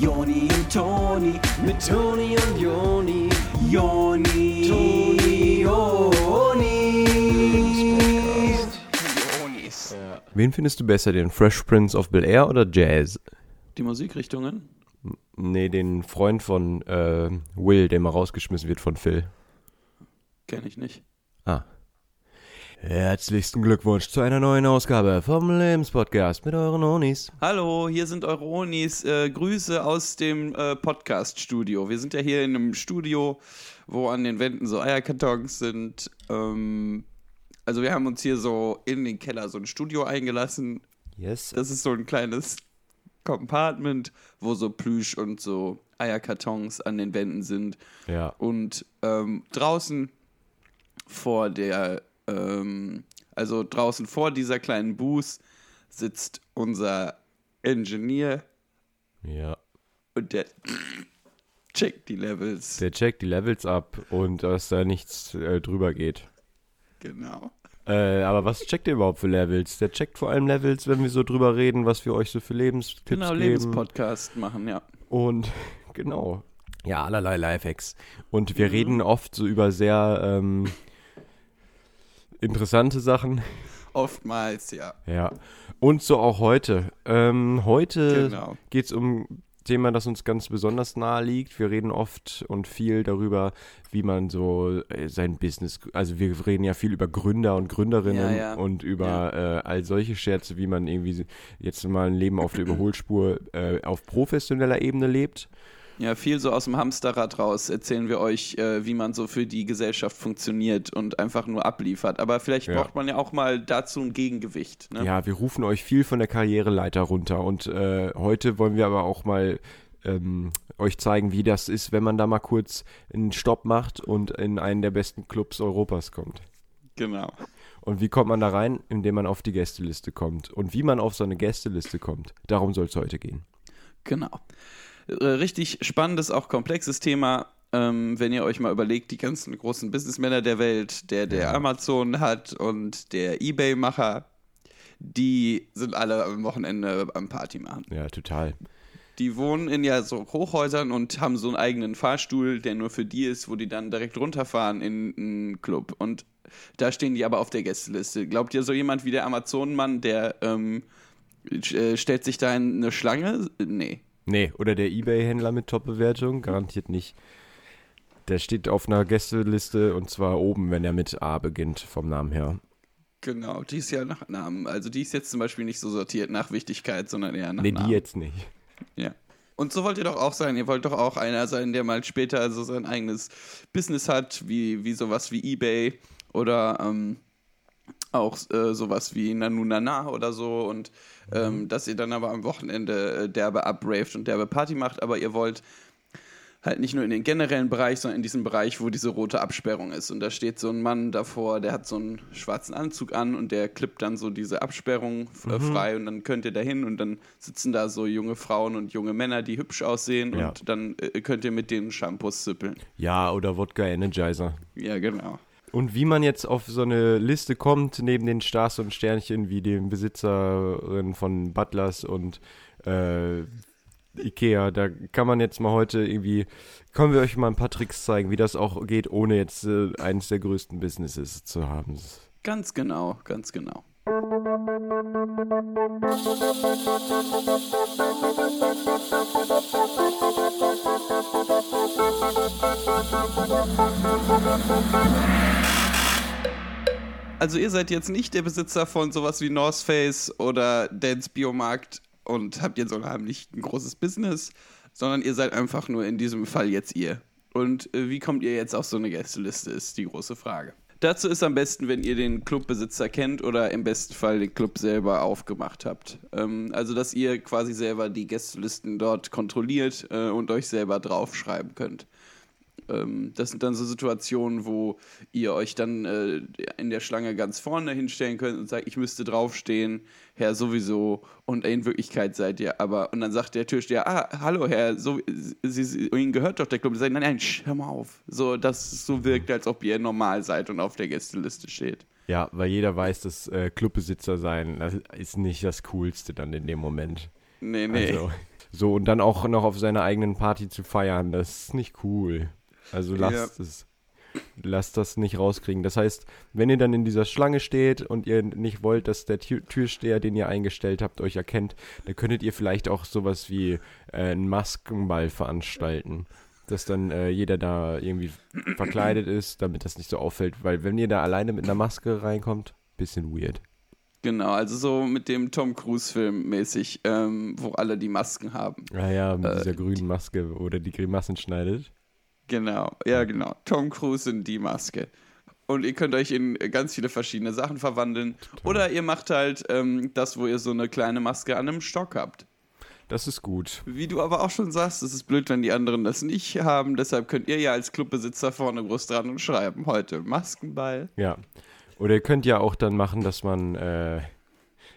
Joni und Toni, mit Toni und Joni, Joni, Toni, Joni. Wen findest du besser, den Fresh Prince of Bel Air oder Jazz? Die Musikrichtungen? Nee, den Freund von äh, Will, der mal rausgeschmissen wird von Phil. Kenne ich nicht. Ah. Herzlichsten Glückwunsch zu einer neuen Ausgabe vom Lebenspodcast mit euren Onis. Hallo, hier sind eure Onis. Äh, Grüße aus dem äh, Podcast-Studio. Wir sind ja hier in einem Studio, wo an den Wänden so Eierkartons sind. Ähm, also wir haben uns hier so in den Keller so ein Studio eingelassen. Yes. Das ist so ein kleines Compartment, wo so Plüsch und so Eierkartons an den Wänden sind. Ja. Und ähm, draußen vor der, ähm, also draußen vor dieser kleinen Booth sitzt unser Engineer Ja. und der checkt die Levels. Der checkt die Levels ab und dass da nichts äh, drüber geht. Genau. Äh, aber was checkt ihr überhaupt für Levels? Der checkt vor allem Levels, wenn wir so drüber reden, was wir euch so für Lebenstipps Genau, geben. Lebenspodcast machen, ja. Und genau. Ja, allerlei Lifehacks. Und Mhm. wir reden oft so über sehr ähm, interessante Sachen. Oftmals, ja. Ja. Und so auch heute. Ähm, heute Genau. geht es um ein Thema, das uns ganz besonders nahe liegt. Wir reden oft und viel darüber, wie man so äh, sein Business, also wir reden ja viel über Gründer und Gründerinnen Ja, ja. und über äh, all solche Scherze, wie man irgendwie jetzt mal ein Leben auf der Überholspur äh, auf professioneller Ebene lebt. Ja, viel so aus dem Hamsterrad raus erzählen wir euch, äh, wie man so für die Gesellschaft funktioniert und einfach nur abliefert. Aber vielleicht Ja. braucht man ja auch mal dazu ein Gegengewicht. Ne? Ja, wir rufen euch viel von der Karriereleiter runter und äh, heute wollen wir aber auch mal ähm, euch zeigen, wie das ist, wenn man da mal kurz einen Stopp macht und in einen der besten Clubs Europas kommt. Genau. Und wie kommt man da rein? Indem man auf die Gästeliste kommt. Und wie man auf so eine Gästeliste kommt, darum soll es heute gehen. Genau. Äh, Richtig spannendes, auch komplexes Thema. Ähm, wenn ihr euch mal überlegt, die ganzen großen Businessmänner der Welt, der der Amazon hat und der Ebay-Macher, die sind alle am Wochenende am Party machen. Ja, total. Die wohnen in ja so Hochhäusern und haben so einen eigenen Fahrstuhl, der nur für die ist, wo die dann direkt runterfahren in einen Club. Und da stehen die aber auf der Gästeliste. Glaubt ihr, so jemand wie der Amazonenmann, der ähm, sch- äh, stellt sich da in eine Schlange? Äh, Nee. Nee, oder der Ebay-Händler mit Top-Bewertung? Garantiert nicht. Der steht auf einer Gästeliste und zwar oben, wenn er mit A beginnt, vom Namen her. Genau, die ist ja nach Namen. Also die ist jetzt zum Beispiel nicht so sortiert nach Wichtigkeit, sondern eher nach Nee, Namen. die jetzt nicht. Ja. Und so wollt ihr doch auch sein. Ihr wollt doch auch einer sein, der mal später so sein eigenes Business hat, wie, wie sowas wie Ebay oder ähm, auch äh, sowas wie Nanu Nana oder so. Und ähm, dass ihr dann aber am Wochenende äh, derbe abraved und derbe Party macht. Aber ihr wollt halt nicht nur in den generellen Bereich, sondern in diesem Bereich, wo diese rote Absperrung ist. Und da steht so ein Mann davor, der hat so einen schwarzen Anzug an und der klippt dann so diese Absperrung äh, frei und dann könnt ihr da hin und dann sitzen da so junge Frauen und junge Männer, die hübsch aussehen Ja. und dann äh, könnt ihr mit denen Shampoos sippeln. Ja, oder Wodka Energizer. Ja, genau. Und wie man jetzt auf so eine Liste kommt, neben den Stars und Sternchen wie dem Besitzerin von Butlers und äh, Ikea, da kann man jetzt mal heute irgendwie, können wir euch mal ein paar Tricks zeigen, wie das auch geht, ohne jetzt äh, eines der größten Businesses zu haben. Ganz genau, ganz genau. Also ihr seid jetzt nicht der Besitzer von sowas wie North Face oder Dance Biomarkt und habt jetzt so heimlich ein großes Business, sondern ihr seid einfach nur in diesem Fall jetzt ihr. Und äh, wie kommt ihr jetzt auf so eine Gästeliste, ist die große Frage. Dazu ist am besten, wenn ihr den Clubbesitzer kennt oder im besten Fall den Club selber aufgemacht habt. Ähm, also, dass ihr quasi selber die Gästelisten dort kontrolliert äh, und euch selber draufschreiben könnt. Ähm, das sind dann so Situationen, wo ihr euch dann äh, in der Schlange ganz vorne hinstellen könnt und sagt, ich müsste draufstehen, Herr sowieso. Und in Wirklichkeit seid ihr aber. Und dann sagt der Türsteher, ah, hallo Herr, so, Sie, Sie, Ihnen gehört doch der Club. Und sagt, nein, nein, sch- hör mal auf. So, dass es so wirkt, als ob ihr normal seid und auf der Gästeliste steht. Ja, weil jeder weiß, dass äh, Clubbesitzer sein, das ist nicht das Coolste dann in dem Moment. Nee, nee. Also, so, und dann auch noch auf seiner eigenen Party zu feiern, das ist nicht cool. Also lasst es. Lasst das nicht rauskriegen. Das heißt, wenn ihr dann in dieser Schlange steht und ihr nicht wollt, dass der Tür Türsteher, den ihr eingestellt habt, euch erkennt, dann könntet ihr vielleicht auch sowas wie äh, einen Maskenball veranstalten. Dass dann äh, jeder da irgendwie verkleidet ist, damit das nicht so auffällt. Weil wenn ihr da alleine mit einer Maske reinkommt, bisschen weird. Genau, also so mit dem Tom Cruise-Film mäßig, ähm, wo alle die Masken haben. Naja, mit Äh, dieser grünen Maske oder die Grimassen schneidet. Genau, ja, genau. Tom Cruise in die Maske. Und ihr könnt euch in ganz viele verschiedene Sachen verwandeln. Oder ihr macht halt ähm, das, wo ihr so eine kleine Maske an einem Stock habt. Das ist gut. Wie du aber auch schon sagst, es ist blöd, wenn die anderen das nicht haben. Deshalb könnt ihr ja als Clubbesitzer vorne groß dran und schreiben: heute Maskenball. Ja. Oder ihr könnt ja auch dann machen, dass man, äh,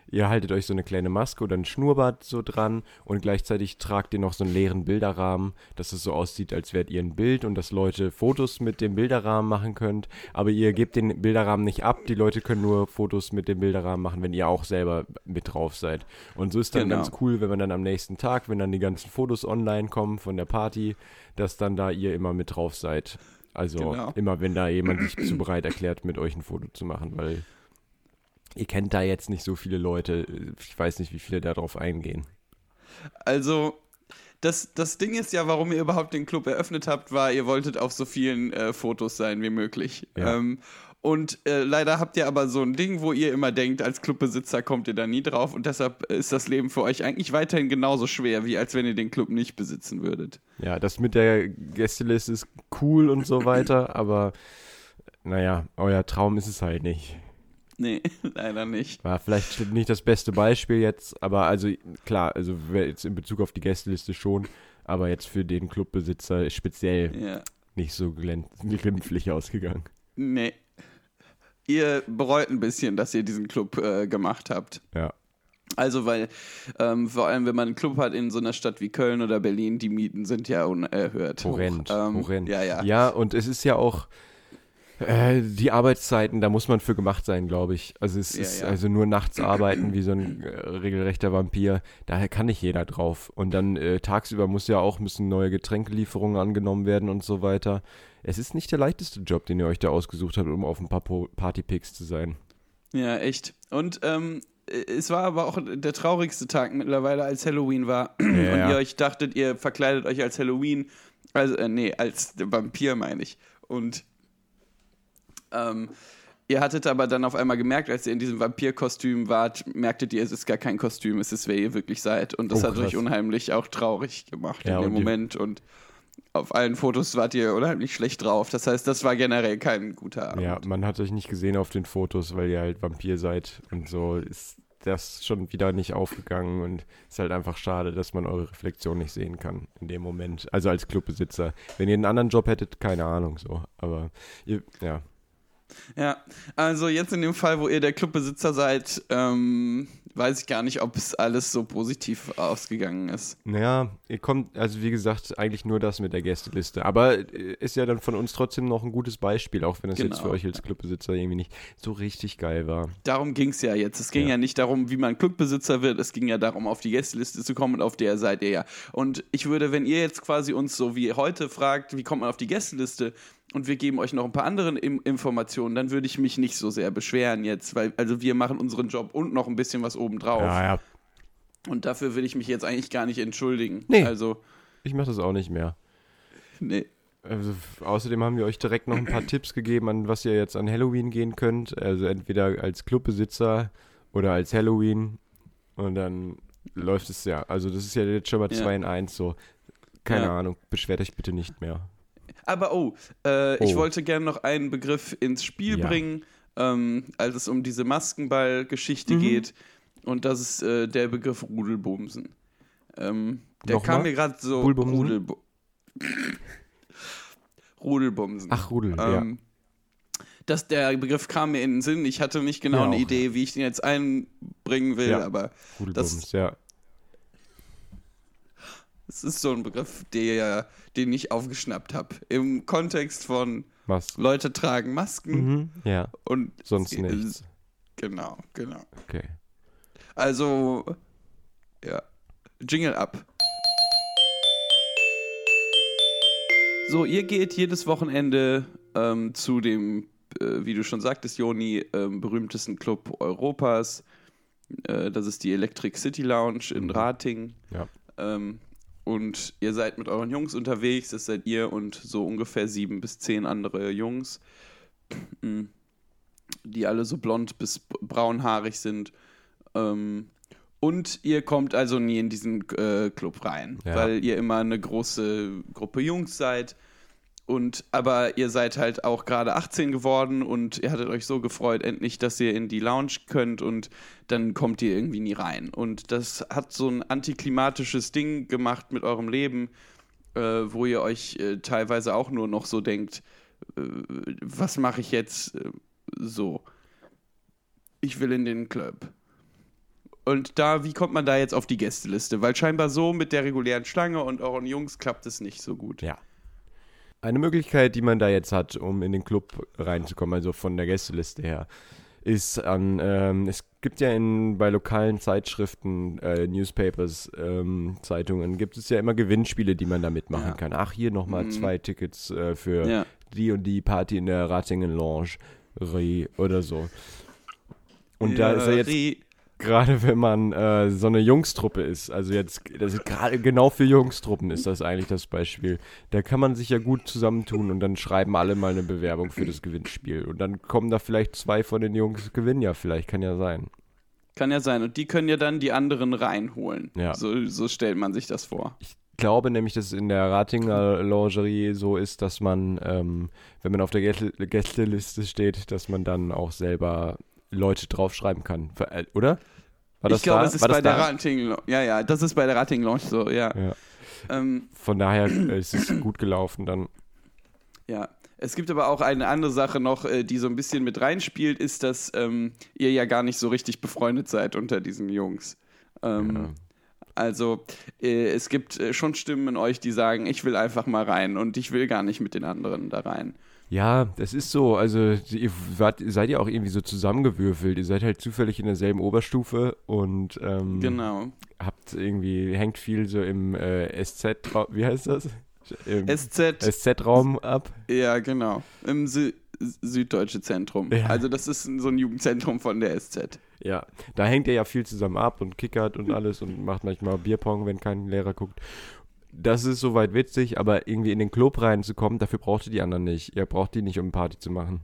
ihr haltet euch so eine kleine Maske oder ein Schnurrbart so dran und gleichzeitig tragt ihr noch so einen leeren Bilderrahmen, dass es so aussieht, als wärt ihr ein Bild und dass Leute Fotos mit dem Bilderrahmen machen könnt. Aber ihr gebt den Bilderrahmen nicht ab, die Leute können nur Fotos mit dem Bilderrahmen machen, wenn ihr auch selber mit drauf seid. Und so ist dann Genau. ganz cool, wenn man dann am nächsten Tag, wenn dann die ganzen Fotos online kommen von der Party, dass dann da ihr immer mit drauf seid. Also Genau. immer wenn da jemand sich zu bereit erklärt, mit euch ein Foto zu machen, weil ihr kennt da jetzt nicht so viele Leute. Ich weiß nicht, wie viele da drauf eingehen. Also, das, das Ding ist ja, warum ihr überhaupt den Club eröffnet habt, war, ihr wolltet auf so vielen äh, Fotos sein wie möglich. Ja. Ähm, und äh, leider habt ihr aber so ein Ding, wo ihr immer denkt, als Clubbesitzer kommt ihr da nie drauf und deshalb ist das Leben für euch eigentlich weiterhin genauso schwer, wie als wenn ihr den Club nicht besitzen würdet. Ja, das mit der Gästeliste ist cool und so weiter, aber naja, euer Traum ist es halt nicht. Nee, leider nicht. War vielleicht nicht das beste Beispiel jetzt, aber also klar, also wär jetzt in Bezug auf die Gästeliste schon, aber jetzt für den Clubbesitzer speziell Ja. nicht so glän- glimpflich ausgegangen. Nee. Ihr bereut ein bisschen, dass ihr diesen Club äh, gemacht habt. Ja. Also, weil ähm, vor allem, wenn man einen Club hat in so einer Stadt wie Köln oder Berlin, die Mieten sind ja unerhört. hoch. Horrend, Ähm, horrend. Ja, ja. Ja, und es ist ja auch äh, die Arbeitszeiten, da muss man für gemacht sein, glaube ich. Also es Ja, ist ja. also nur nachts arbeiten wie so ein äh, regelrechter Vampir. Daher kann nicht jeder drauf. Und dann äh, tagsüber muss ja auch müssen neue Getränkelieferungen angenommen werden und so weiter. Es ist nicht der leichteste Job, den ihr euch da ausgesucht habt, um auf ein paar Po- Partypicks zu sein. Ja, echt. Und ähm, es war aber auch der traurigste Tag mittlerweile, als Halloween war. Und ja. ihr euch dachtet, ihr verkleidet euch als Halloween. Also, äh, nee, als Vampir meine ich. Und ähm, ihr hattet aber dann auf einmal gemerkt, als ihr in diesem Vampirkostüm wart, merktet ihr, es ist gar kein Kostüm, es ist, wer ihr wirklich seid. Und das Oh, hat krass. euch unheimlich auch traurig gemacht Ja, in dem und die- Moment. Und auf allen Fotos wart ihr unheimlich schlecht drauf. Das heißt, das war generell kein guter Abend. Ja, man hat euch nicht gesehen auf den Fotos, weil ihr halt Vampir seid und so ist das schon wieder nicht aufgegangen und ist halt einfach schade, dass man eure Reflexion nicht sehen kann in dem Moment. Also als Clubbesitzer. Wenn ihr einen anderen Job hättet, keine Ahnung so. Aber ihr, ja, Ja, also jetzt in dem Fall, wo ihr der Clubbesitzer seid, ähm, weiß ich gar nicht, ob es alles so positiv ausgegangen ist. Naja, ihr kommt, also wie gesagt, eigentlich nur das mit der Gästeliste. Aber äh, ist ja dann von uns trotzdem noch ein gutes Beispiel, auch wenn es jetzt für Genau. euch als Clubbesitzer irgendwie nicht so richtig geil war. Darum ging es ja jetzt. Es ging ja. Ja. nicht darum, wie man Clubbesitzer wird. Es ging ja darum, auf die Gästeliste zu kommen und auf der seid ihr ja. Und ich würde, wenn ihr jetzt quasi uns so wie heute fragt, wie kommt man auf die Gästeliste und wir geben euch noch ein paar andere Im Informationen, dann würde ich mich nicht so sehr beschweren jetzt, weil also wir machen unseren Job und noch ein bisschen was obendrauf. Naja, Und dafür will ich mich jetzt eigentlich gar nicht entschuldigen. Nee. Also, ich mache das auch nicht mehr. nee. Also, f- außerdem haben wir euch direkt noch ein paar Tipps gegeben, an was ihr jetzt an Halloween gehen könnt. Also entweder als Clubbesitzer oder als Halloween. Und dann läuft es ja. Also das ist ja jetzt schon mal Ja. 2 in 1 so. Keine Ja. Ahnung, beschwert euch bitte nicht mehr. Aber oh, äh, ich Oh. wollte gerne noch einen Begriff ins Spiel Ja. bringen, ähm, als es um diese Maskenball-Geschichte Mhm. geht. Und das ist äh, der Begriff Rudelbumsen. Ähm, der Nochmal? kam mir gerade so. Rudelbumsen? Rudelbu- Rudelbumsen. Ach, Rudel, ja. Ähm, das, der Begriff kam mir in den Sinn. Ich hatte nicht genau Ja, eine auch. Idee, wie ich den jetzt einbringen will, Ja. aber Rudelbums, ja. es ist so ein Begriff, der, den ich aufgeschnappt habe. Im Kontext von Mas Leute tragen Masken mhm. Ja, und sonst äh, nichts. Genau, genau. Okay. Also, ja. Jingle ab. So, ihr geht jedes Wochenende ähm, zu dem, äh, wie du schon sagtest, Joni, ähm, berühmtesten Club Europas. Äh, das ist die Electric City Lounge Mhm. in Rating. Ja. Ähm, und ihr seid mit euren Jungs unterwegs, das seid ihr und so ungefähr sieben bis zehn andere Jungs, mm, die alle so blond bis braunhaarig sind. Ähm, und ihr kommt also nie in diesen äh, Club rein, Ja. weil ihr immer eine große Gruppe Jungs seid. Und aber ihr seid halt auch gerade 18 geworden und ihr hattet euch so gefreut, endlich, dass ihr in die Lounge könnt und dann kommt ihr irgendwie nie rein. Und das hat so ein antiklimatisches Ding gemacht mit eurem Leben, äh, wo ihr euch äh, teilweise auch nur noch so denkt, äh, was mache ich jetzt äh, so? Ich will in den Club. Und da, wie kommt man da jetzt auf die Gästeliste? Weil scheinbar so mit der regulären Schlange und euren Jungs klappt es nicht so gut. Ja. Eine Möglichkeit, die man da jetzt hat, um in den Club reinzukommen, also von der Gästeliste her, ist an, ähm, es gibt ja in, bei lokalen Zeitschriften, äh, Newspapers, ähm, Zeitungen, gibt es ja immer Gewinnspiele, die man da mitmachen Ja. Mhm. kann. Ach, hier nochmal zwei Tickets äh, für Ja. die und die Party in der Ratingen Lounge Rie oder so. Und da ist er jetzt Jury. Gerade wenn man äh, so eine Jungstruppe ist, also jetzt, das ist gerade genau für Jungstruppen ist das eigentlich das Beispiel. Da kann man sich ja gut zusammentun und dann schreiben alle mal eine Bewerbung für das Gewinnspiel. Und dann kommen da vielleicht zwei von den Jungs, gewinnen ja vielleicht, kann ja sein. Kann ja sein. Und die können ja dann die anderen reinholen. Ja. So, so stellt man sich das vor. Ich glaube nämlich, dass es in der Ratinger Lingerie so ist, dass man, ähm, wenn man auf der Gäste- Gästeliste steht, dass man dann auch selber Leute draufschreiben kann. Ver- äh, Oder? War ich glaube, da? das ist War bei der da? Rating Ja, ja, das ist bei der Rating Lounge so, ja. Ja. Ähm, Von daher äh, ist es gut gelaufen dann. ja. Es gibt aber auch eine andere Sache noch, äh, die so ein bisschen mit reinspielt, ist, dass ähm, ihr ja gar nicht so richtig befreundet seid unter diesen Jungs. Ähm, Ja. Also, äh, es gibt äh, schon Stimmen in euch, die sagen, ich will einfach mal rein und ich will gar nicht mit den anderen da rein. Ja, das ist so. Also ihr wart, seid ja auch irgendwie so zusammengewürfelt. Ihr seid halt zufällig in derselben Oberstufe und ähm, Genau. habt irgendwie, hängt viel so im äh, SZ, -Ra- wie heißt das? Im SZ. SZ-Raum ab. Ja, genau. Im Sü Süddeutsche Zentrum. Ja. Also das ist so ein Jugendzentrum von der SZ. Ja, da hängt er ja viel zusammen ab und kickert und alles und macht manchmal Bierpong, wenn kein Lehrer guckt. Das ist soweit witzig, aber irgendwie in den Club reinzukommen, dafür braucht ihr die anderen nicht. Ihr braucht die nicht, um Party zu machen.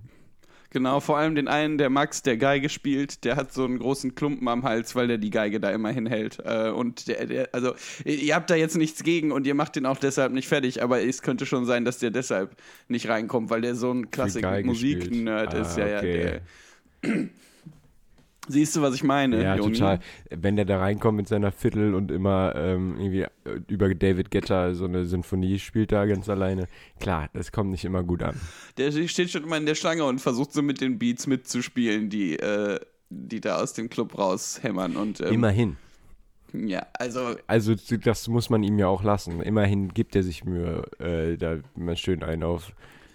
Genau, vor allem den einen, der Max, der Geige spielt, der hat so einen großen Klumpen am Hals, weil der die Geige da immer hinhält. Äh, und der, der, also ihr habt da jetzt nichts gegen und ihr macht den auch deshalb nicht fertig, aber es könnte schon sein, dass der deshalb nicht reinkommt, weil der so ein Klassik-Musik-Nerd spielt. ist. Ah, Ja, ja, okay. der. Siehst du, was ich meine? Ja, Joni? total. Wenn der da reinkommt mit seiner Viertel und immer ähm, irgendwie äh, über David Guetta so eine Sinfonie spielt da ganz alleine. Klar, das kommt nicht immer gut an. Der steht schon immer in der Schlange und versucht so mit den Beats mitzuspielen, die, äh, die da aus dem Club raushämmern. Und, ähm, Immerhin. Ja, also Also zu- das muss man ihm ja auch lassen. Immerhin gibt er sich Mühe, äh, da mal schön einen auf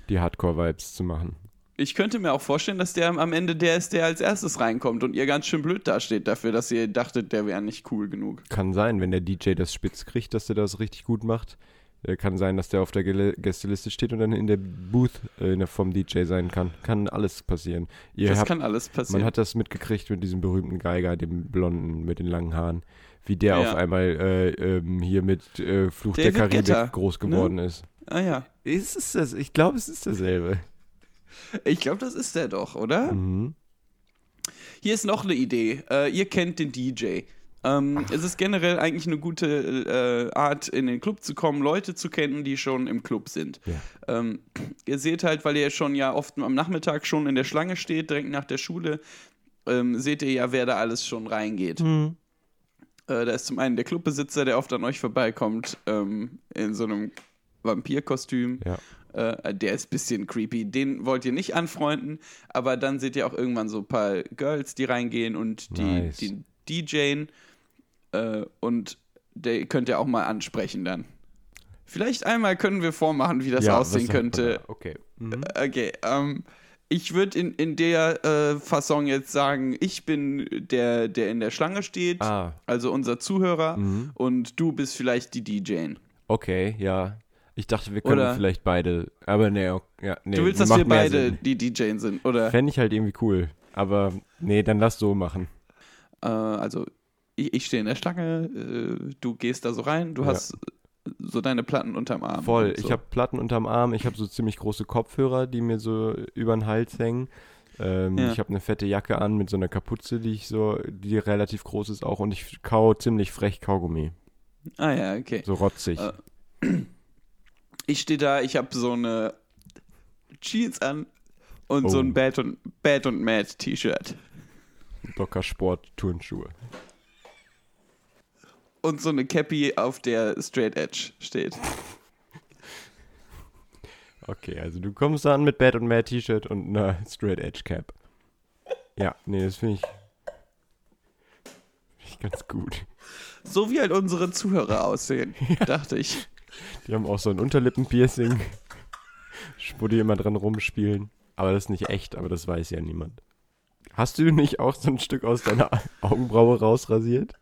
die Hardcore-Vibes zu machen. ich könnte mir auch vorstellen, dass der am Ende der ist, der als erstes reinkommt und ihr ganz schön blöd dasteht dafür, dass ihr dachtet, der wäre nicht cool genug. Kann sein, wenn der DJ das spitz kriegt, dass der das richtig gut macht. Äh, Kann sein, dass der auf der Gele- Gästeliste steht und dann in der Booth äh, in der- vom DJ sein kann. Kann alles passieren. Ihr das habt kann alles passieren. Man hat das mitgekriegt mit diesem berühmten Geiger, dem Blonden mit den langen Haaren, wie der Ja. auf einmal äh, ähm, hier mit äh, Fluch der David Karibik Guetta, groß geworden ist. ah ja. Ist es das? Ich glaube, es ist dasselbe. Ich glaube, das ist der doch, oder? Mhm. Hier ist noch eine Idee. Äh, ihr kennt den DJ. Ähm, es ist generell eigentlich eine gute äh, Art, in den Club zu kommen, Leute zu kennen, die schon im Club sind. Ja. Ähm, ihr seht halt, weil ihr schon ja oft am Nachmittag schon in der Schlange steht, direkt nach der Schule, ähm, seht ihr ja, wer da alles schon reingeht. Äh, da ist zum einen der Clubbesitzer, der oft an euch vorbeikommt, ähm, in so einem Vampirkostüm. Ja. Äh, der ist ein bisschen creepy. Den wollt ihr nicht anfreunden, aber dann seht ihr auch irgendwann so ein paar Girls, die reingehen und die, Nice. die DJen. Äh, und der könnt ihr auch mal ansprechen dann. Vielleicht einmal können wir vormachen, wie das Ja, aussehen was- könnte. Okay. Mhm. Okay, ähm, ich würde in, in der äh, Fasson jetzt sagen, ich bin der, der in der Schlange steht, Ah. Mhm. also unser Zuhörer, und du bist vielleicht die DJ. Okay, ja. Ich dachte, wir können Oder- vielleicht beide. Aber nee, ok- ja, nee. Du willst, dass macht wir mehr beide Sinn. die DJ sind, oder? Fände ich halt irgendwie cool. Aber nee, dann lass so machen. Äh, also, ich, ich stehe in der Schlange, äh, du gehst da so rein, du Ja. hast so deine Platten unterm Arm. Voll. und so. Ich habe Platten unterm Arm, ich habe so ziemlich große Kopfhörer, die mir so über den Hals hängen. Ähm, Ja. Ich habe eine fette Jacke an mit so einer Kapuze, die ich so, die relativ groß ist auch und ich kau ziemlich frech Kaugummi. Ah ja, okay. So rotzig. Äh. Ich stehe da, ich habe so eine Jeans an und so Oh. ein Bad und, Bad und Mad T-Shirt. Locker Sport, Turnschuhe. Und so eine Cappy, auf der Straight Edge steht. Okay, also du kommst an mit Bad und Mad T-Shirt und einer Straight Edge Cap. Ja, nee, das finde ich, find ich ganz gut. So wie halt unsere Zuhörer aussehen, dachte ich. Die haben auch so ein Unterlippenpiercing. Spuddi immer dran rumspielen. Aber das ist nicht echt, aber das weiß ja niemand. Hast du nicht auch so ein Stück aus deiner Augenbraue rausrasiert?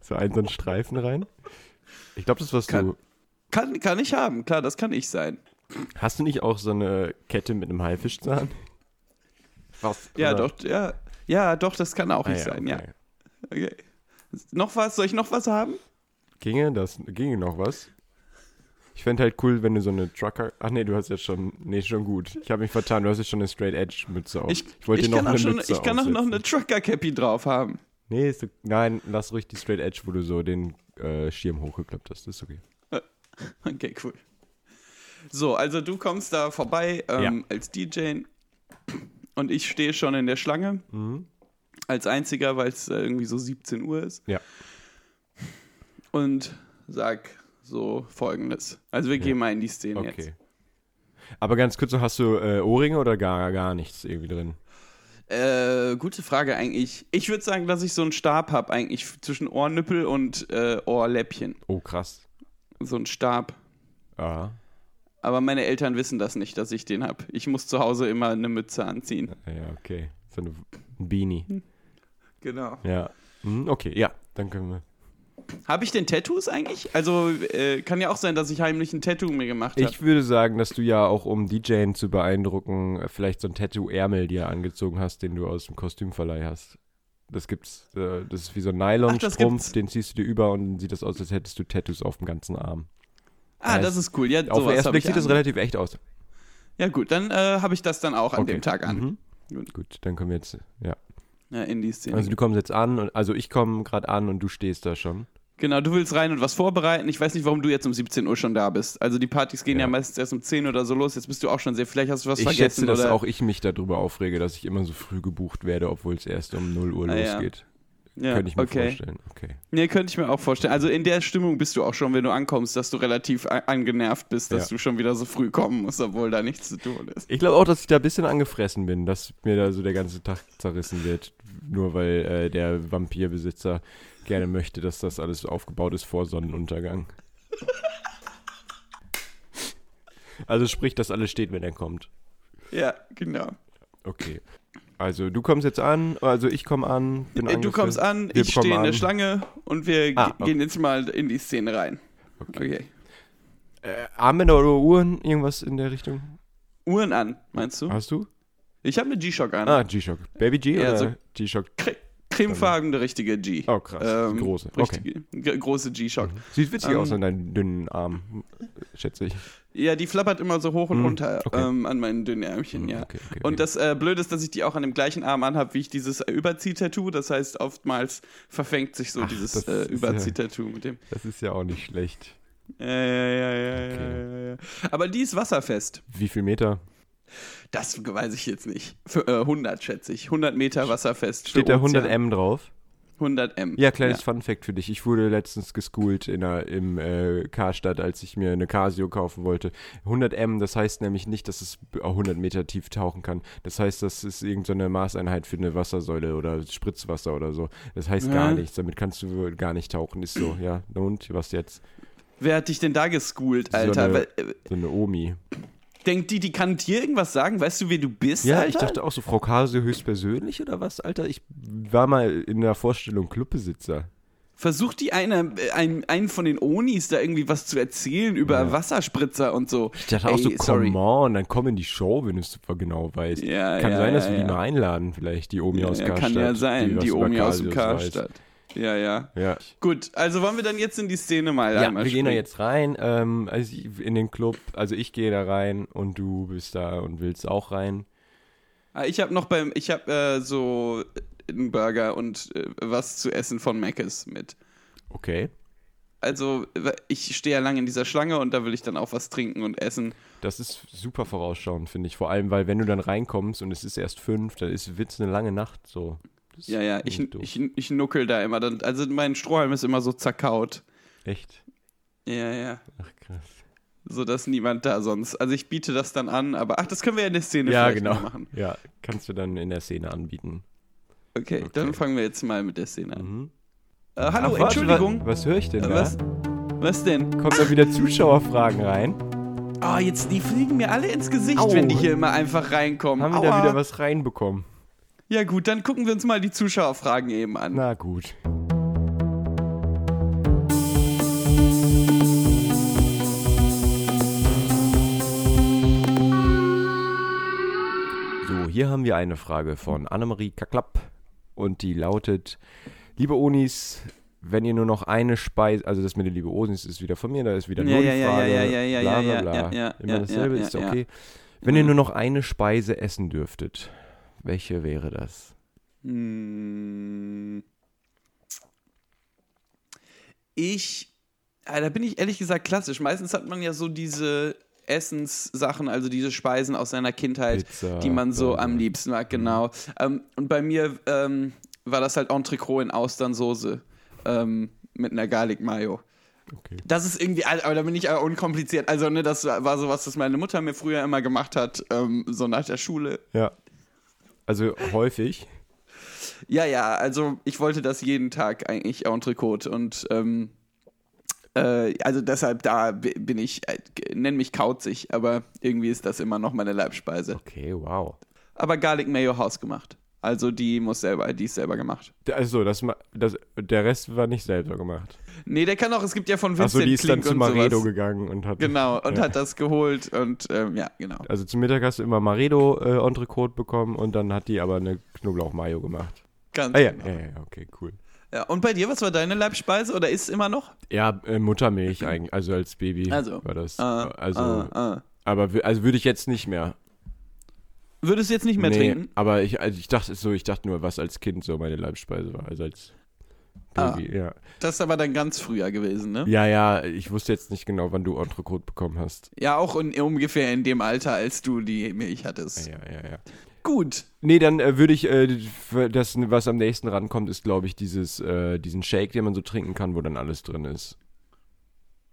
So einen, so einen Streifen rein? Ich glaube, das warst Kann- du. Kann, kann ich haben, klar, das kann ich sein. Hast du nicht auch so eine Kette mit einem Haifischzahn? Was? Ja, doch, ja. Ja, doch, das kann Ah auch ich sein, ja. Okay. Noch was? Soll ich noch was haben? Ginge das, ginge noch was? Ich fände halt cool, wenn du so eine Trucker. Ach nee, du hast jetzt schon. Nee, schon gut. Ich habe mich vertan. Du hast jetzt schon eine Straight Edge Mütze auf. Ich, wollte dir noch kann, eine auch schon, Mütze ich kann auch noch aufsetzen. eine Trucker-Cappy drauf haben. Nee, ist, nein, lass ruhig die Straight Edge, wo du so den äh, Schirm hochgeklappt hast. Das ist okay. Okay, cool. So, also du kommst da vorbei ähm, als DJ und ich stehe schon in der Schlange. Mhm. Als einziger, weil es äh, irgendwie so 17 Uhr ist. Ja. Und sag so folgendes. Also wir gehen mal in die Szene Okay. jetzt. Aber ganz kurz noch, hast du äh, Ohrringe oder gar, gar nichts irgendwie drin? Äh, gute Frage eigentlich. Ich würde sagen, dass ich so einen Stab habe eigentlich zwischen Ohrnüppel und äh, Ohrläppchen. Oh, krass. So einen Stab. Ah, Aber meine Eltern wissen das nicht, dass ich den habe. Ich muss zu Hause immer eine Mütze anziehen. ja, okay. So eine ein Beanie. Hm. Genau. Ja. Hm, okay, ja, dann können wir. Habe ich denn Tattoos eigentlich? Also äh, kann ja auch sein, dass ich heimlich ein Tattoo mir gemacht habe. Ich würde sagen, dass du ja auch, um DJen zu beeindrucken, äh, vielleicht so ein Tattoo-Ärmel dir angezogen hast, den du aus dem Kostümverleih hast. Das gibt's, äh, das ist wie so ein das Nylon-Strumpf, gibt's. den ziehst du dir über und dann sieht das aus, als hättest du Tattoos auf dem ganzen Arm. Ah, das ist cool. Ja, Auf den sowas ersten hab Blick ich sieht das an. relativ echt aus. Ja gut, dann äh, habe ich das dann auch an Okay. Mhm. dem Tag an. Gut, dann kommen wir jetzt, ja. Ja, in die Szene. Also du kommst jetzt an, und, also ich komme gerade an und du stehst da schon. genau, du willst rein und was vorbereiten. Ich weiß nicht, warum du jetzt um 17 Uhr schon da bist. Also die Partys gehen ja, Ja. meistens erst um 10 oder so los. Jetzt bist du auch schon sehr. Vielleicht hast du was Ich schätze, vergessen. dass oder? auch ich mich darüber aufrege, dass ich immer so früh gebucht werde, obwohl es erst um 0 Uhr Ah, ja. losgeht. ja, Könnte ich mir okay. vorstellen. Okay. Nee, könnte ich mir auch vorstellen. Also in der Stimmung bist du auch schon, wenn du ankommst, dass du relativ a- angenervt bist, dass Ja. du schon wieder so früh kommen musst, obwohl da nichts zu tun ist. Ich glaube auch, dass ich da ein bisschen angefressen bin, dass mir da so der ganze Tag zerrissen wird. Nur weil äh, der Vampirbesitzer gerne möchte, dass das alles aufgebaut ist vor Sonnenuntergang. Also sprich, dass alles steht, wenn er kommt. Ja, genau. Okay. Also du kommst jetzt an, also ich komme an. Bin Äh, Du angeführt. kommst an, Wir ich stehe kommen in der an. Schlange und wir ge- Ah, okay. gehen jetzt mal in die Szene rein. Okay. Äh, Armbänder oder Uhren, irgendwas in der Richtung? Uhren an, meinst du? Hast du? Ich habe eine G-Shock an. Ah, G-Shock. Baby G Ja, oder so- G-Shock? Cre cremefarbene richtige G. Ähm, Oh, krass. Die große. Okay. Mhm. Richtige, g- Große G-Shock. Sieht witzig Ähm, aus an deinen dünnen Armen, schätze ich. Ja, die flappert immer so hoch und runter Hm, okay. Hm, ähm, an meinen dünnen Ärmchen, ja. okay, okay, okay. und das äh, Blöde ist, dass ich die auch an dem gleichen Arm anhab, wie ich dieses äh, Überzieh-Tattoo. Das heißt, oftmals verfängt sich so dieses das äh, ist ja- Überzieh-Tattoo mit dem. Das ist ja auch nicht schlecht. Ja, ja, ja, ja, ja, ja, ja. Aber die ist wasserfest. Wie viel Meter? Das weiß ich jetzt nicht. Für, äh, 100 schätze ich. 100 Meter wasserfest. Steht für da Ozean. 100 M drauf? 100 M. Ja, kleines Fun Fact für dich. Ich wurde letztens geschoolt in einer, im äh, Karstadt, als ich mir eine Casio kaufen wollte. 100 M, das heißt nämlich nicht, dass es b- 100 Meter tief tauchen kann. Das heißt, das ist irgendeine Maßeinheit für eine Wassersäule oder Spritzwasser oder so. Das heißt gar Ja. nichts. Damit kannst du gar nicht tauchen. Ist so, ja. Und was jetzt? Wer hat dich denn da geschoolt, Alter? So eine, Weil, äh, so eine Omi. denkt die, die kann dir irgendwas sagen? Weißt du, wer du bist? Ja, Alter? ich dachte auch so, Frau Kase höchstpersönlich oder was, Alter? Ich war mal in der Vorstellung Clubbesitzer. Versucht die einer, äh, einem, einen von den Onis da irgendwie was zu erzählen über Wasserspritzer und so. Ich dachte auch so, come on, dann komm in die Show, wenn du es super genau weißt. Ja, kann ja, sein, dass ja, wir die ja. mal einladen, vielleicht, die Omi aus Ja, Karstadt. kann ja sein, die, was über Omi aus dem Casius weiß. Karstadt. Ja, ja, Ja. Gut, also wollen wir dann jetzt in die Szene mal Ja, wir einmal gehen da springen? jetzt rein, ähm, also ich- in den Club. Also ich gehe da rein und du bist da und willst auch rein. Ah, Ich habe noch beim, ich habe äh, so einen Burger und äh, was zu essen von Mc's mit. Okay. Also äh, ich stehe ja lange in dieser Schlange und da will ich dann auch was trinken und essen. Das ist super vorausschauend, finde ich. Vor allem, weil wenn du dann reinkommst und es ist erst fünf, dann ist wird's eine lange Nacht so. Das Ja, ja, ist ich, nicht doof. ich, ich nuckel da immer. Dann, also mein Strohhalm ist immer so zerkaut. Echt? Ja, ja. Ach krass. So dass niemand da sonst. Also ich biete das dann an, aber ach, das können wir ja in der Szene Ja, vielleicht genau. noch machen. Ja, kannst du dann in der Szene anbieten. Okay, Okay. dann fangen wir jetzt mal mit der Szene an. Mhm. Äh, hallo, Ach, warte, Entschuldigung. wa- Was höre ich denn Äh, da? was? Was denn? Kommt da wieder Zuschauerfragen rein? Ah, jetzt, die fliegen mir alle ins Gesicht, Au. wenn die hier immer einfach reinkommen. Haben wir da Aua. wieder was reinbekommen? Ja gut, dann gucken wir uns mal die Zuschauerfragen eben an. Na gut. So, hier haben wir eine Frage von Annemarie Kaklapp und die lautet: Liebe Onis, wenn ihr nur noch eine Speise, also das mit den liebe Onis ist wieder von mir, da ist wieder Ja, nur die ja, ja, Frage, ja, ja, ja, bla ja, bla ja, bla. ja, ja, Immer ja, dasselbe ja, ist ja. Mhm. okay. Wenn ihr nur noch eine Speise essen dürftet, welche wäre das? Hm. Ich, ah, da bin ich ehrlich gesagt klassisch. Meistens hat man ja so diese Essenssachen, also diese Speisen aus seiner Kindheit, Pizza, die man so Burger. Mhm. am liebsten mag, genau. Ähm, und bei mir ähm, war das halt Entrecot in Austernsoße ähm, mit einer Garlic Mayo. Okay. Das ist irgendwie, alt, aber da bin ich aber unkompliziert. Also, ne, das war sowas, das meine Mutter mir früher immer gemacht hat, ähm, so nach der Schule. Ja. Also häufig. Ja, ja, also ich wollte das jeden Tag eigentlich Entrecote und ähm, äh, also deshalb da b- bin ich, äh, g- nenn mich kauzig, aber irgendwie ist das immer noch meine Leibspeise. Okay, wow. Aber Garlic Mayo hausgemacht. Also die muss selber, die ist selber gemacht. Also, das, ma- das, der Rest war nicht selber gemacht. Nee, der kann auch, es gibt ja von Achso, Vincent die ist dann Klink zu und sowas. Maredo gegangen und hat. Genau, und Ja. hat das geholt und ähm, ja, genau. Also zum Mittag hast du immer Maredo äh, Entrecote bekommen und dann hat die aber eine Knoblauch-Mayo gemacht. Ganz Ah ja, genau. ja, ja, okay, cool. Ja, und bei dir, was war deine Leibspeise oder ist immer noch? Ja, äh, Muttermilch eigentlich, also als Baby Also, war das. äh, also, äh, äh. aber wü- also würde ich jetzt nicht mehr. Würdest du jetzt nicht mehr nee, trinken? aber ich, also ich dachte so, ich dachte nur, was als Kind so meine Leibspeise war, also als Ah. Baby, ja. Das ist aber dann ganz früher gewesen, ne? Ja, ja, ich wusste jetzt nicht genau, wann du Entrecote bekommen hast. Ja, auch in, ungefähr in dem Alter, als du die Milch hattest. Ja, ja, ja. Gut. Nee, dann äh, würde ich, äh, für das, was am nächsten rankommt, ist, glaube ich, dieses, äh, diesen Shake, den man so trinken kann, wo dann alles drin ist.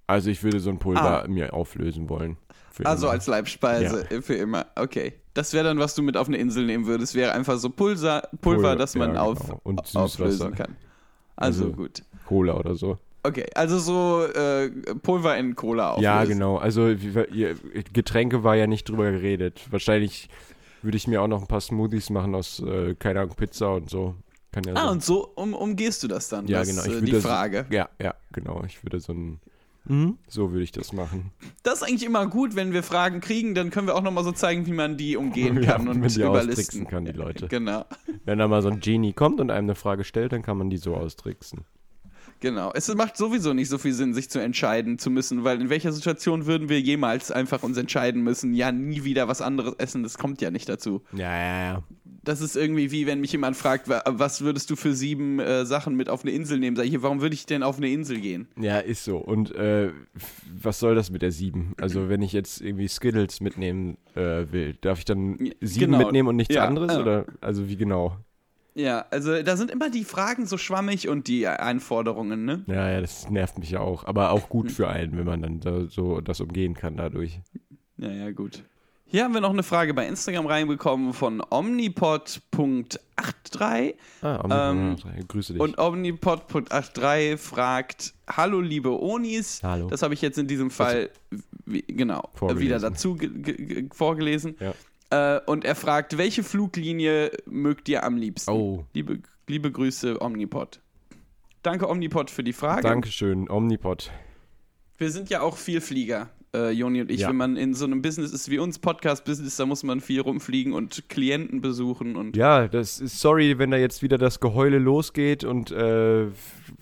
Also ich würde so ein Pulver mir auflösen wollen. Für Also immer. als Leibspeise äh, für immer. Okay. Das wäre dann, was du mit auf eine Insel nehmen würdest. Wäre einfach so Pulver, Pulver Pulver, das ja, man auf, genau. Und Süßwasser. auflösen kann. Also, Also- gut. Cola oder so. Okay, also so äh, Pulver in Cola auflösen. Ja, genau. Also wie wir- ihr, Getränke war ja nicht drüber geredet. Wahrscheinlich würde ich mir auch noch ein paar Smoothies machen aus, äh, keine Ahnung, Pizza und so. Kann ja Ah, sein. und so um, umgehst du das dann? ja, das, genau. Äh, Ich die würde Frage. So, ja, ja, genau. Ich würde so ein. So würde ich das machen. Das ist eigentlich immer gut, wenn wir Fragen kriegen, dann können wir auch nochmal so zeigen, wie man die umgehen Ja, kann wie und man die überlisten austricksen kann, die Leute. Genau. Wenn da mal so ein Genie kommt und einem eine Frage stellt, dann kann man die so austricksen. Genau. Es macht sowieso nicht so viel Sinn, sich zu entscheiden zu müssen, weil in welcher Situation würden wir jemals einfach uns entscheiden müssen, ja, nie wieder was anderes essen, das kommt ja nicht dazu. Ja, ja, ja. Das ist irgendwie wie, wenn mich jemand fragt, wa- was würdest du für sieben äh, Sachen mit auf eine Insel nehmen? Sag ich, warum würde ich denn auf eine Insel gehen? Ja, ist so. Und äh, was soll das mit der 7? Also, wenn ich jetzt irgendwie Skittles mitnehmen äh, will, darf ich dann Ja, 7 genau. mitnehmen und nichts Ja, anderes? ja. Oder also wie genau? Ja, also da sind immer die Fragen so schwammig und die Anforderungen, ne? Ja, ja, das nervt mich ja auch. Aber auch gut für einen, wenn man dann da so das umgehen kann dadurch. Ja, ja, gut. Hier haben wir noch eine Frage bei Instagram reinbekommen von omnipod.83. Ah, Ähm, Omnipod, grüße dich. Und omnipod.83 fragt: Hallo, liebe Onis. Hallo. Das habe ich jetzt in diesem Fall wie, genau, Vorgelesen. wieder dazu ge- ge- ge- vorgelesen. Ja. Äh, und er fragt, welche Fluglinie mögt ihr am liebsten? Oh. Liebe, liebe Grüße, Omnipod. Danke, Omnipod, für die Frage. Dankeschön, Omnipod. Wir sind ja auch viel Flieger, äh, Joni und ich. Ja. Wenn man in so einem Business ist wie uns, Podcast-Business, da muss man viel rumfliegen und Klienten besuchen und Ja, das ist sorry, wenn da jetzt wieder das Geheule losgeht und äh,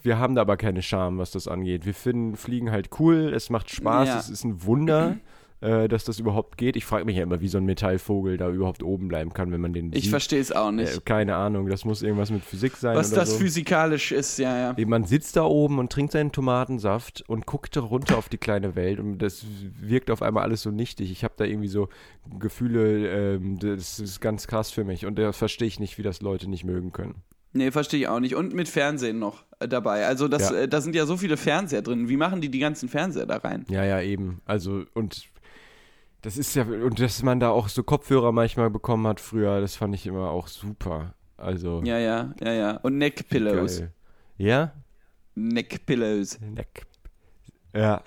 wir haben da aber keine Scham, was das angeht. Wir finden Fliegen halt cool, es macht Spaß, Ja. es ist ein Wunder, äh, dass das überhaupt geht. Ich frage mich ja immer, wie so ein Metallvogel da überhaupt oben bleiben kann, wenn man den ich sieht. verstehe es auch nicht. Äh, keine Ahnung, das muss irgendwas mit Physik sein Was oder das so. physikalisch ist, ja, ja. Man sitzt da oben und trinkt seinen Tomatensaft und guckt da runter auf die kleine Welt und das wirkt auf einmal alles so nichtig. Ich habe da irgendwie so Gefühle, ähm, das ist ganz krass für mich und das verstehe ich nicht, wie das Leute nicht mögen können. Nee, verstehe ich auch nicht. Und mit Fernsehen noch äh, dabei. Also das, Ja. äh, da sind ja so viele Fernseher drin. Wie machen die die ganzen Fernseher da rein? Ja, ja, eben. Also und das ist ja, und dass man da auch so Kopfhörer manchmal bekommen hat früher, das fand ich immer auch super. Also, Ja, ja, ja, ja. Und Neckpillows. geil. Ja? Neckpillows. Neck. Ja.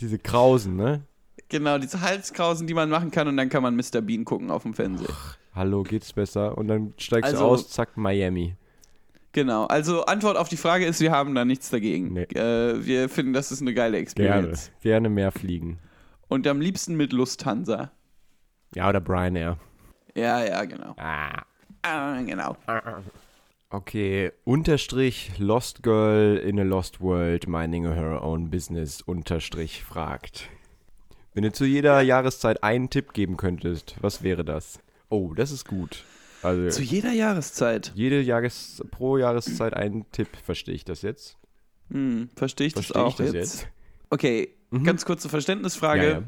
Diese Krausen, ne? Genau, diese Halskrausen, die man machen kann und dann kann man Mr. Bean gucken auf dem Fernseher. Hallo, geht's besser? Und dann steigst du Also- aus, zack, Miami. Genau, also Antwort auf die Frage ist, wir haben da nichts dagegen. Nee. Äh, wir finden, das ist eine geile Gerne. Experience. Gerne mehr fliegen. Und am liebsten mit Lufthansa. Ja, oder Brian Air. Ja, ja, genau. Ah. Ah, genau. Okay, unterstrich Lost Girl in a Lost World minding her own business unterstrich fragt. Wenn du zu jeder Jahreszeit einen Tipp geben könntest, was wäre das? Oh, das ist gut. Zu Also jeder Jahreszeit. jede Jahres pro Jahreszeit einen Tipp, verstehe ich das jetzt? Hm, verstehe ich das Verstehe auch ich das jetzt? jetzt? Mhm. Okay, ganz kurze Verständnisfrage, Ja, ja.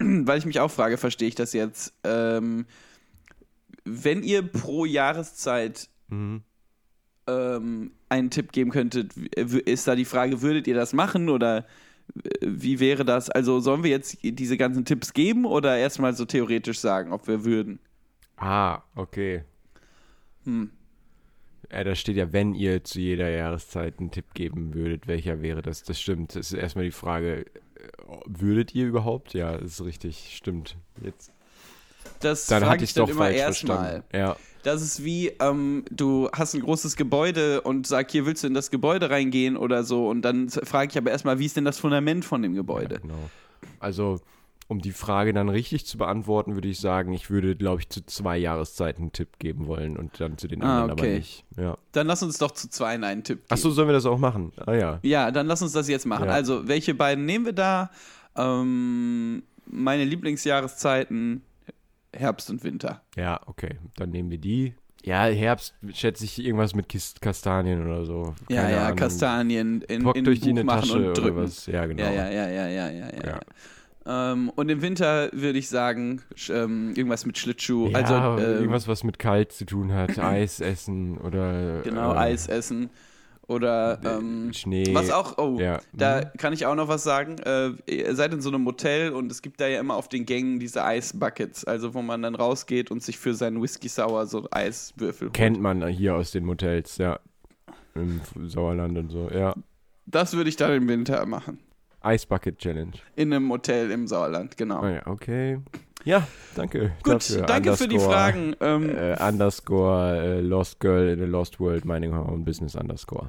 weil ich mich auch frage, verstehe ich das jetzt? Ähm, wenn ihr pro Jahreszeit Mhm. ähm, einen Tipp geben könntet, w- ist da die Frage, würdet ihr das machen oder äh, wie wäre das? Also sollen wir jetzt diese ganzen Tipps geben oder erstmal so theoretisch sagen, ob wir würden? Ah, okay. Hm. Ja, da steht ja, wenn ihr zu jeder Jahreszeit einen Tipp geben würdet, welcher wäre das? Das stimmt. Das ist erstmal die Frage, äh, würdet ihr überhaupt? Ja, das ist richtig. Stimmt. Jetzt, Das dann frage hatte ich ich es dann doch immer falsch erstmal. verstanden. Ja. Das ist wie, ähm, du hast ein großes Gebäude und sag, hier willst du in das Gebäude reingehen oder so. Und dann frage ich aber erstmal, wie ist denn das Fundament von dem ja, Gebäude? genau. Also, um die Frage dann richtig zu beantworten, würde ich sagen, ich würde, glaube ich, zu zwei Jahreszeiten einen Tipp geben wollen und dann zu den Ah, anderen okay. aber nicht. Ja. Dann lass uns doch zu zweien einen Tipp geben. Achso, sollen wir das auch machen? Ah ja. Ja, dann lass uns das jetzt machen. Ja. Also, welche beiden nehmen wir da? Ähm, meine Lieblingsjahreszeiten, Herbst und Winter. Ja, okay. Dann nehmen wir die. Ja, Herbst schätze ich irgendwas mit Kist Kastanien oder so. Ja, Keine ja, Ahnung. Kastanien in, Pock in durch die Buch eine machen Tasche und drücken. oder was. Ja, genau. Ja, ja, ja, ja, ja, ja, ja. Ja. ja. Ähm, und im Winter würde ich sagen, sch- ähm, irgendwas mit Schlittschuh. Ja, also ähm, irgendwas, was mit kalt zu tun hat, Eis essen oder Genau, äh, Eis essen oder ähm, Schnee. was auch. Oh, Ja. Mhm. da kann ich auch noch was sagen. Äh, ihr seid in so einem Motel und es gibt da ja immer auf den Gängen diese Eisbuckets, also wo man dann rausgeht und sich für seinen Whisky Sour so Eiswürfel holt. Kennt man hier aus den Motels, ja. Im F- Sauerland und so, ja. Das würde ich dann im Winter machen. Eisbucket Challenge. In einem Motel im Sauerland, genau. Ah ja, okay. Ja, danke. Gut, dafür. danke für die Underscore, Fragen. Ähm, Äh, underscore äh, Lost Girl in a Lost World, Mining Her Own Business Underscore.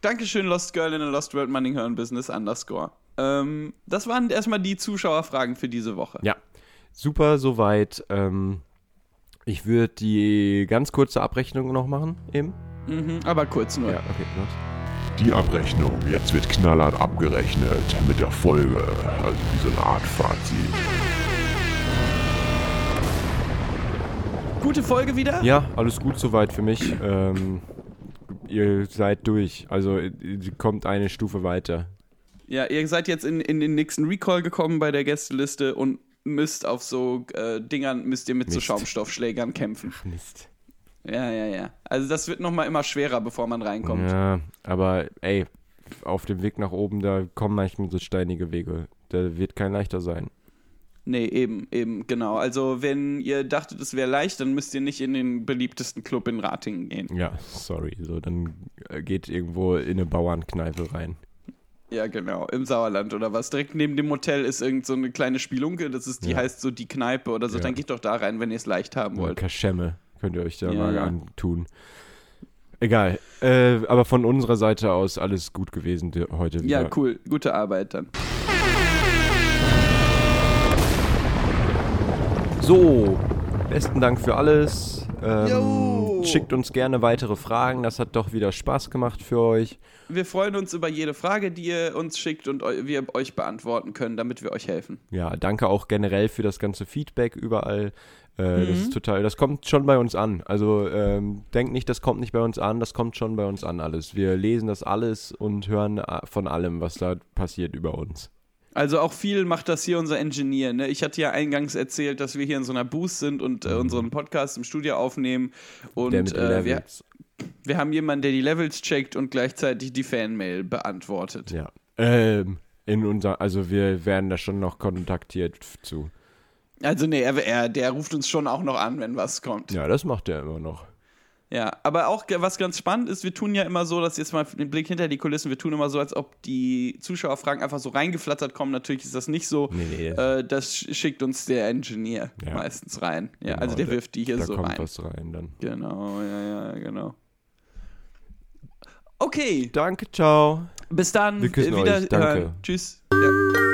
Dankeschön, Lost Girl in a Lost World Money Her Business Underscore. Ähm, das waren erstmal die Zuschauerfragen für diese Woche. Ja, super soweit. Ähm, ich würde die ganz kurze Abrechnung noch machen, eben. Mhm, aber kurz nur. Ja, okay, los. Die Abrechnung. Jetzt wird knallhart abgerechnet mit der Folge. Also wie so eine Art Fazit. Gute Folge wieder. Ja, alles gut soweit für mich. Ähm, ihr seid durch. Also äh, ihr kommt eine Stufe weiter. Ja, ihr seid jetzt in, in den nächsten Recall gekommen bei der Gästeliste und müsst auf so äh, Dingern, müsst ihr mit so Mist. Schaumstoffschlägern kämpfen. Mist. Ja, ja, ja. Also das wird nochmal immer schwerer, bevor man reinkommt. Ja, aber ey, auf dem Weg nach oben, da kommen manchmal so steinige Wege. Da wird kein leichter sein. Nee, eben, eben, genau. Also wenn ihr dachtet, es wäre leicht, dann müsst ihr nicht in den beliebtesten Club in Ratingen gehen. Ja, sorry. So, dann äh, geht irgendwo in eine Bauernkneipe rein. Ja, genau, im Sauerland oder was. Direkt neben dem Hotel ist irgend so eine kleine Spielunke, das ist, die Ja. heißt so die Kneipe oder so. Ja. Dann geht doch da rein, wenn ihr es leicht haben Boah, wollt. Kaschemme könnt ihr euch da Ja, mal ja. antun. Egal. Äh, aber von unserer Seite aus alles gut gewesen di- heute wieder. Ja, cool. Gute Arbeit dann. So, besten Dank für alles. Ähm, Jo. schickt uns gerne weitere Fragen. Das hat doch wieder Spaß gemacht für euch. Wir freuen uns über jede Frage, die ihr uns schickt und eu wir euch beantworten können, damit wir euch helfen. Ja, danke auch generell für das ganze Feedback überall. Äh, Mhm. Das ist total, das kommt schon bei uns an. Also ähm, denkt nicht, das kommt nicht bei uns an, das kommt schon bei uns an alles. Wir lesen das alles und hören äh, von allem, was da passiert über uns. Also auch viel macht das hier unser Engineer. Ne? Ich hatte ja eingangs erzählt, dass wir hier in so einer Booth sind und äh, unseren Podcast im Studio aufnehmen. Und Der mit den äh, wir, Levels. wir haben jemanden, der die Levels checkt und gleichzeitig die Fanmail beantwortet. Ja. Ähm, in unser, also wir werden da schon noch kontaktiert f- zu. Also nee, er, er, der ruft uns schon auch noch an, wenn was kommt. Ja, das macht er immer noch. Ja, aber auch ge- was ganz spannend ist, wir tun ja immer so, dass jetzt mal den Blick hinter die Kulissen, wir tun immer so, als ob die Zuschauerfragen einfach so reingeflattert kommen. Natürlich ist das nicht so. Nee, nee. Äh, das sch- schickt uns der Engineer Ja. meistens rein. Ja, Genau, also der wirft die hier da so kommt rein. was rein dann. Genau, ja, ja, genau. Okay, Danke, ciao. bis dann. Wir küssen Äh, Wieder euch, danke. Hören. Tschüss. Ja.